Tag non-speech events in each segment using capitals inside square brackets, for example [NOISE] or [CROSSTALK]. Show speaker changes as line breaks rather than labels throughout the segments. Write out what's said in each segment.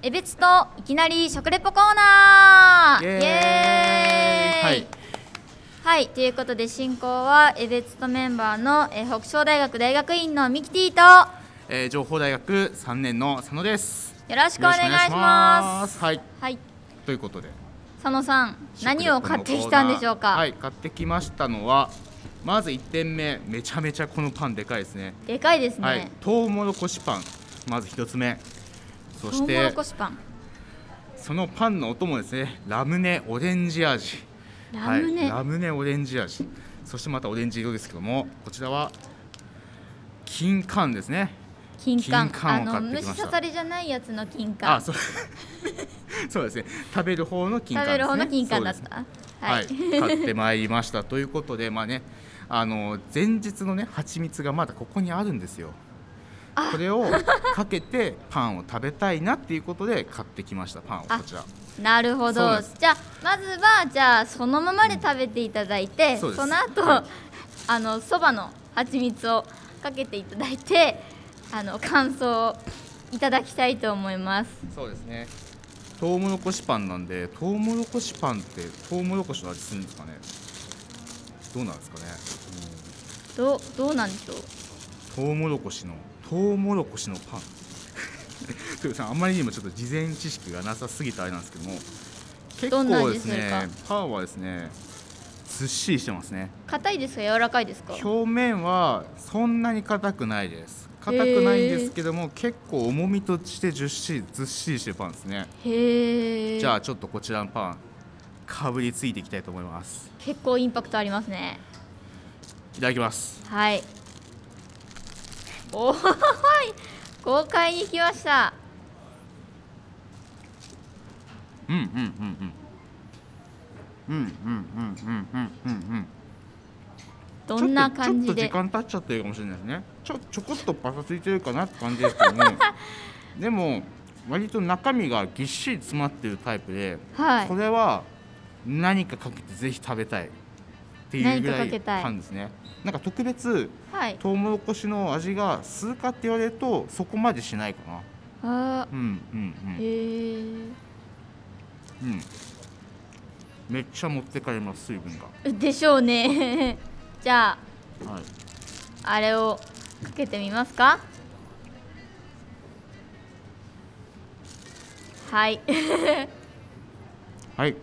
えべつといきなり食レポコーナーイエーイ
はい
はいということで進行はえべつとメンバーの、えー北昌大学大学院のミキティと
えー、情報大学3年の佐野です。
よろしくお願いし
よろくお
ます
すはい、
はい
ということで
佐野さん何を買ってきたんでしょうか、
はい、買ってきましたのはまず1点目めちゃめちゃこのパンでかいですね。
でかいですね、
はい、トウモロコシパンまず1つ目。そ
ト
し
ウモロ
て
コシパン
そのパンのお供ですねラムネオレンジ味。
ラム
は
ネ、
い、ラムネオレンジ味そしてまたオレンジ色ですけどもこちらは金柑ですね
金柑
金柑を
あの
買ってきました
虫刺されじゃないやつの金
あ
柑
そう [LAUGHS] そうですね食べる方の金柑です
食
ね
べる方の金柑だっ
そうです
た、は
はいい、買ってまいりました [LAUGHS] ということでまあねあの前日のね蜂蜜がまだここにあるんですよこれをかけてパンを食べたいなっていうことで買ってきましたパンをこちら
なるほ
そう
ど
です
じゃあまずはじゃあそのままで食べていただいて、
そうです
の後、
はい
[LAUGHS] あのそばの蜂蜜をかけていただいてあの感想をいただきたいと思います
そうですねトウモロコシパンなんでトウモロコシパンってトウモロコシの味するんですかねどうなんですかね
どうどうなんでしょう
トウモロコシのトウモロコシのパンというさんあまりにもちょっと事前知識がなさすぎたあれなんですけども結
どんな
構
味
です
するか
ねパンはですねずっしりしてますね
硬いですか柔らかいですか
表面はそんなに硬くないです硬くないんですけども、結構重みとしてずっしりずっしりしてるパンですね
へえ
じゃあちょっとこちらのパンかぶりついていきたいと思います
結構インパクトありますね
いただきます
はいおお豪快にきました
うんうんうんうんうんうんうんうんうんうんうん
どんな感じ
ちょっ
で
とちょっと時間経っちゃってるかもしれないですねちょちょこっとパサついてるかなって感じですけど
[LAUGHS]
もでも割と中身がぎっしり詰まってるタイプで、
はい
これは何かかけてぜひ食べたいっていうぐら
何かかけ
い
たい
パンですねなんか特別
はい
トウモロコシの味がするかって言われるとそこまでしないかな
あ
うんうんう
ー
ん
へえ
うんめっちゃ持ってかれます水分が
でしょうねじゃ
はい
ああれをかけてみますかはい
はい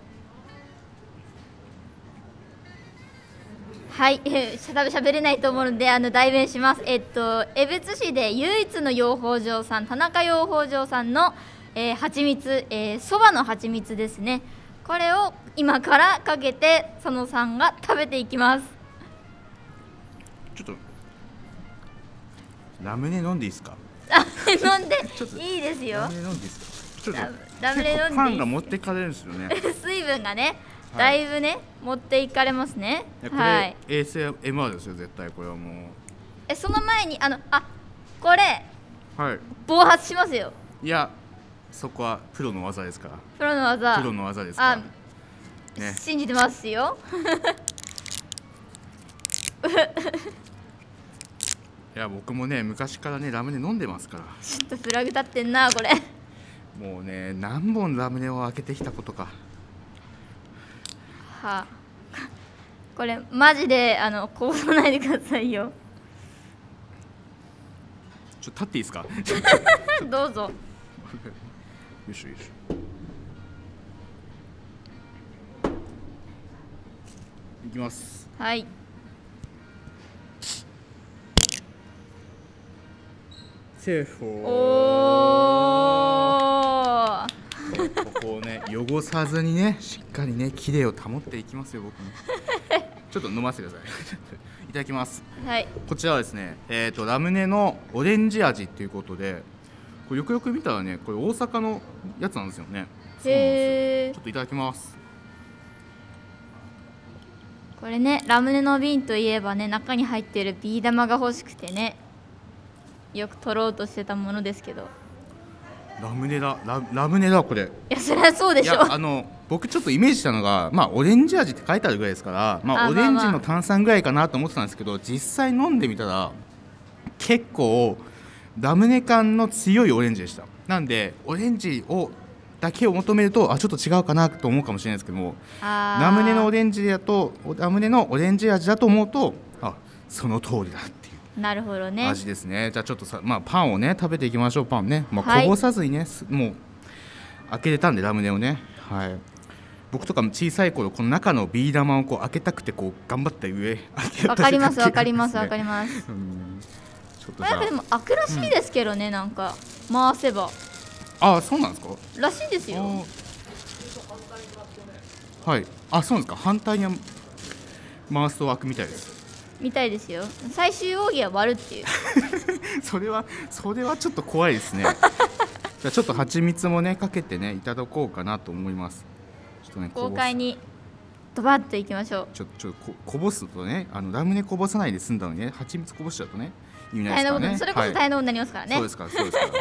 はいしゃべしゃべれないと思うのであの代弁しますえっと江別市で唯一の養蜂場さん田中養蜂場さんの、えー、蜂蜜えーそば、の蜂蜜ですねこれを今からかけて佐野さんが食べていきます
ちょっとラムネ飲んでいいですか
あ飲んで
ちょっと
いいですよ
ラムネ飲んでいいですかちょっと
ラムラムネ飲んでいいっす
結構パンが持ってかれるんですよ
[LAUGHS]
ね
水分がね、だ
はい
いぶね持っていかれますね
いやこれ、
はい
衛星 MR ですよ絶対これはも
えその前にあのあこれ
うはい
暴発しますよ
いやそこはプロの技ですか
プロの技
らプロの技ですからね
あ、信じてますよ [LAUGHS]
いや僕もね昔からねラムネ飲んでますから
ちょっとフラグ立ってんなこれ
もうね何本ラムネを開けてきたことか
はあこれマジであのこぼさないでくださいよ [LAUGHS]
ちょっと立っていいですか [LAUGHS] よ
どうぞ
いしょよいしょいきます
はい
セーフ
おお
ここをね汚さずにねしっかりね綺麗を保っていきますよ僕も [LAUGHS] ちょっと飲ませてくださいちょっとい [LAUGHS] ただきます
はい
こちらはですねえー、とラムネのオレンジ味っていうことでこれよくよく見たらねこれ大阪のやつなんですよねそうなんですよ
へえ
ちょっといただきます
これねラムネの瓶といえばね中に入ってるビー玉が欲しくてねよく取ろうとしてたものですけど
ラムネだララムネだこれ
いやそりゃそうで
い
しょ
やあの僕ちょっとイメージしたのが、まあ、オレンジ味って書いてあるぐらいですから、まあ、
あ
オ
ま
レ
あ
ン
まあ
ジの炭酸ぐらいかなと思ってたんですけど実際飲んでみたら結構ラムネ感の強いオレンジでしたなんでオレンジをだけを求めるとあちょっと違うかなと思うかもしれないですけども
あー
ラムネのオレンジだとラムネのオレンジ味だと思うとあその通りだっていう
なるほどね
味ですね。じゃあちょっとさ、まあパンをね食べていきましょうパンね。ま
は
あ
い
こぼさずにね、すもう開けれたんでラムネをね。はい。僕とかも小さい頃この中のビー玉をこう開けたくてこう頑張って上開け
わかり
[LAUGHS]
ますわかりますわ
わ
か
り
ります
ますね。うんちょっと
ま
じ
あなんかで
ゃ
も開くらしいですけどね、なんか回せば
あ、あそうなんですから
しいですよ。
あーはい。あそうなんですか。反対に回すと開くみたいです。 [LAUGHS]
みたいですよ最終奥義は割るっていう
それはそれはちょっと怖いで
[LAUGHS]
すね。じゃあちょっと蜂蜜もねかけてねいただこうかなと思います。ちょっとねこぼ
豪
す
快にドバッといきましょう
ちょちょここぼすとねあのラムネこぼさないで済んだのにね蜂蜜こぼしちゃうとね意味な
大
いで
変
す
なこと、そ
からね
れこそ大
はい
変なことになりますからね、
そうですからそうですからち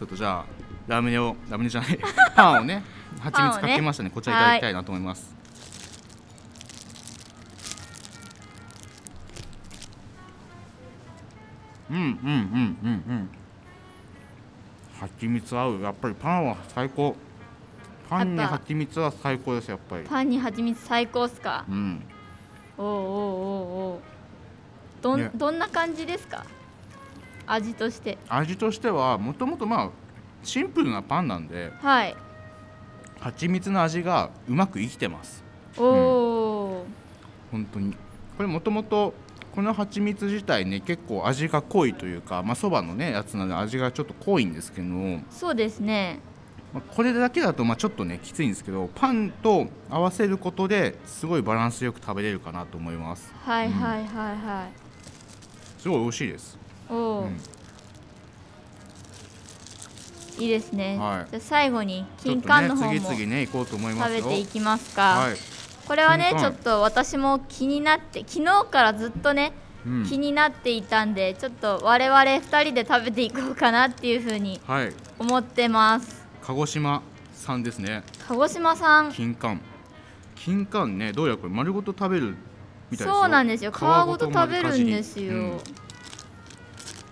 ょっとじゃあラムネをラムネじゃない [LAUGHS] パンをね蜂蜜かけましたねこちらいただきたいなと思いますうんうんうんうんうん蜂蜜合うやっぱりパンは最高パンに
やっぱ
蜂蜜は最高ですやっぱり
パンに蜂蜜最高っすか
うん
おうおうおうおうどん、
ね
どんな感じですか味として
味としてはもともとまあシンプルなパンなんで
はい
蜂蜜の味がうまく生きてます
おお、
本当にこれもともとこの蜂蜜自体ね結構味が濃いというかまあそばのねやつなので味がちょっと濃いんですけど、ま
そうですね
あこれだけだとまあちょっとねきついんですけどパンと合わせることですごいバランスよく食べれるかなと思います
はいはいはいはい、
すごい美味しいです
おお、
うん
いいですね、
はい
じゃあ最後に
ちょっ
金柑
とね
の方も
次
食
々ね行こうと思いますよ
べていきますか、
はい、
これはね
金柑
ちょっと私も気になって昨日からずっとね、
うん
気になっていたんでちょっと我々2人で食べていこうかなっていうふうに
はい、
思ってます
鹿児島産ですね
鹿児島さん
金柑金柑ねどうやらこれ丸ごと食べるみたいですよ
そうなんですよ皮ごと食べるんですよ、
うん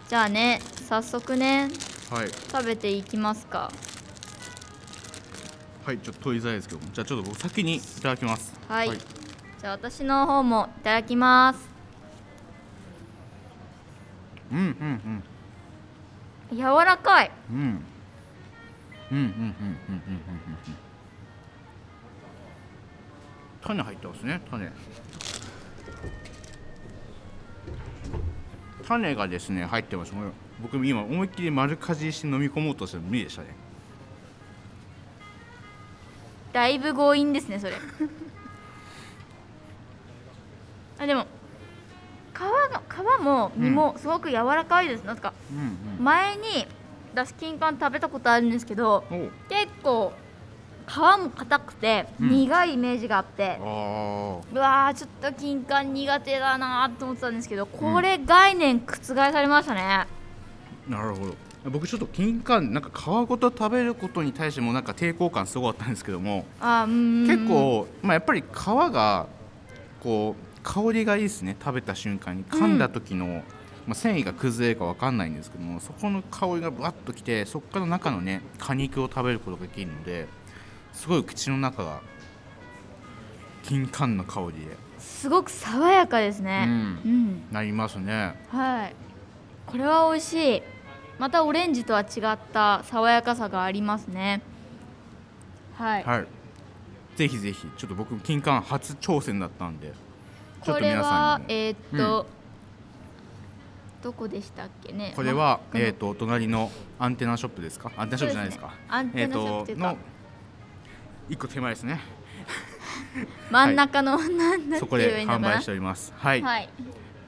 じゃあね早速ね
はい
食べていきますか
はいちょっと取りづらいですけどじゃあちょっとお先にいただきます
はい、じゃあ私の方もいただきます
うんうん
柔らかい
うんうんうんうんうんうんうんうんうん種入ってますね種種がですね入ってますもう僕今思いっきり丸かじりして飲み込もうとしても無理でしたね
だいぶ強引ですねそ [LAUGHS] れあでも皮の皮も身もすごく柔らかいです、なんか
うん
前にだし金柑食べたことあるんですけど
うんおう
結構皮も硬くて
うん
苦いイメージがあって、
ああ
うわーちょっと金柑苦手だなーと思ってたんですけどこれ概念覆されましたね、
なるほど僕ちょっと金柑なんか皮ごと食べることに対してもなんか抵抗感すごかったんですけども
あーうん
結構、まあ、やっぱり皮がこう香りがいいですね食べた瞬間に噛んだ時の、まあ、繊維が崩れるかわかんないんですけどもそこの香りがぶわっときてそこから中のね果肉を食べることができるのですごい口の中が金柑の香りです
ごく爽やかですね
う
うん
なりますね
はい。これは美味しい。またオレンジとは違った爽やかさがありますね。はい。
はいぜひぜひちょっと僕金柑初挑戦だったんでちょっ
ことれ
皆さ
は
んにも
えーっと、どこでしたっけね。
これは、
ま
えー、とお隣のアンテナショップですかアンテナショップじゃないですか
そうですねアンテナショップっていうか
えーとの一個手前ですね
真ん中の、なんだって
そこ
言えばい
で
いのか
販
な
売して。おりますはい、
はい。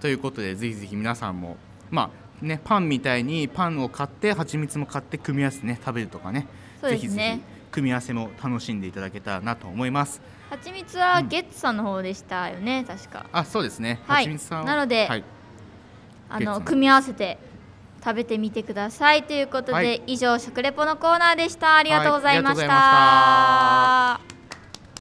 ということでぜひぜひ皆さんもまあねパンみたいにパンを買って蜂蜜も買って組み合わせてね食べるとかね
そうですね
ぜひぜひ組み合わせも楽しんでいただけたらなと思います
蜂蜜はゲッツさんの方でしたよね、確か。
あそうですね
はい
蜂蜜さん
なので
はい、
あ
ゲッツさ
の
ん
組み合わせて食べてみてくださいということで、
はい
以上食レポのコーナーでしたありがとうございました。
はいありがとうございま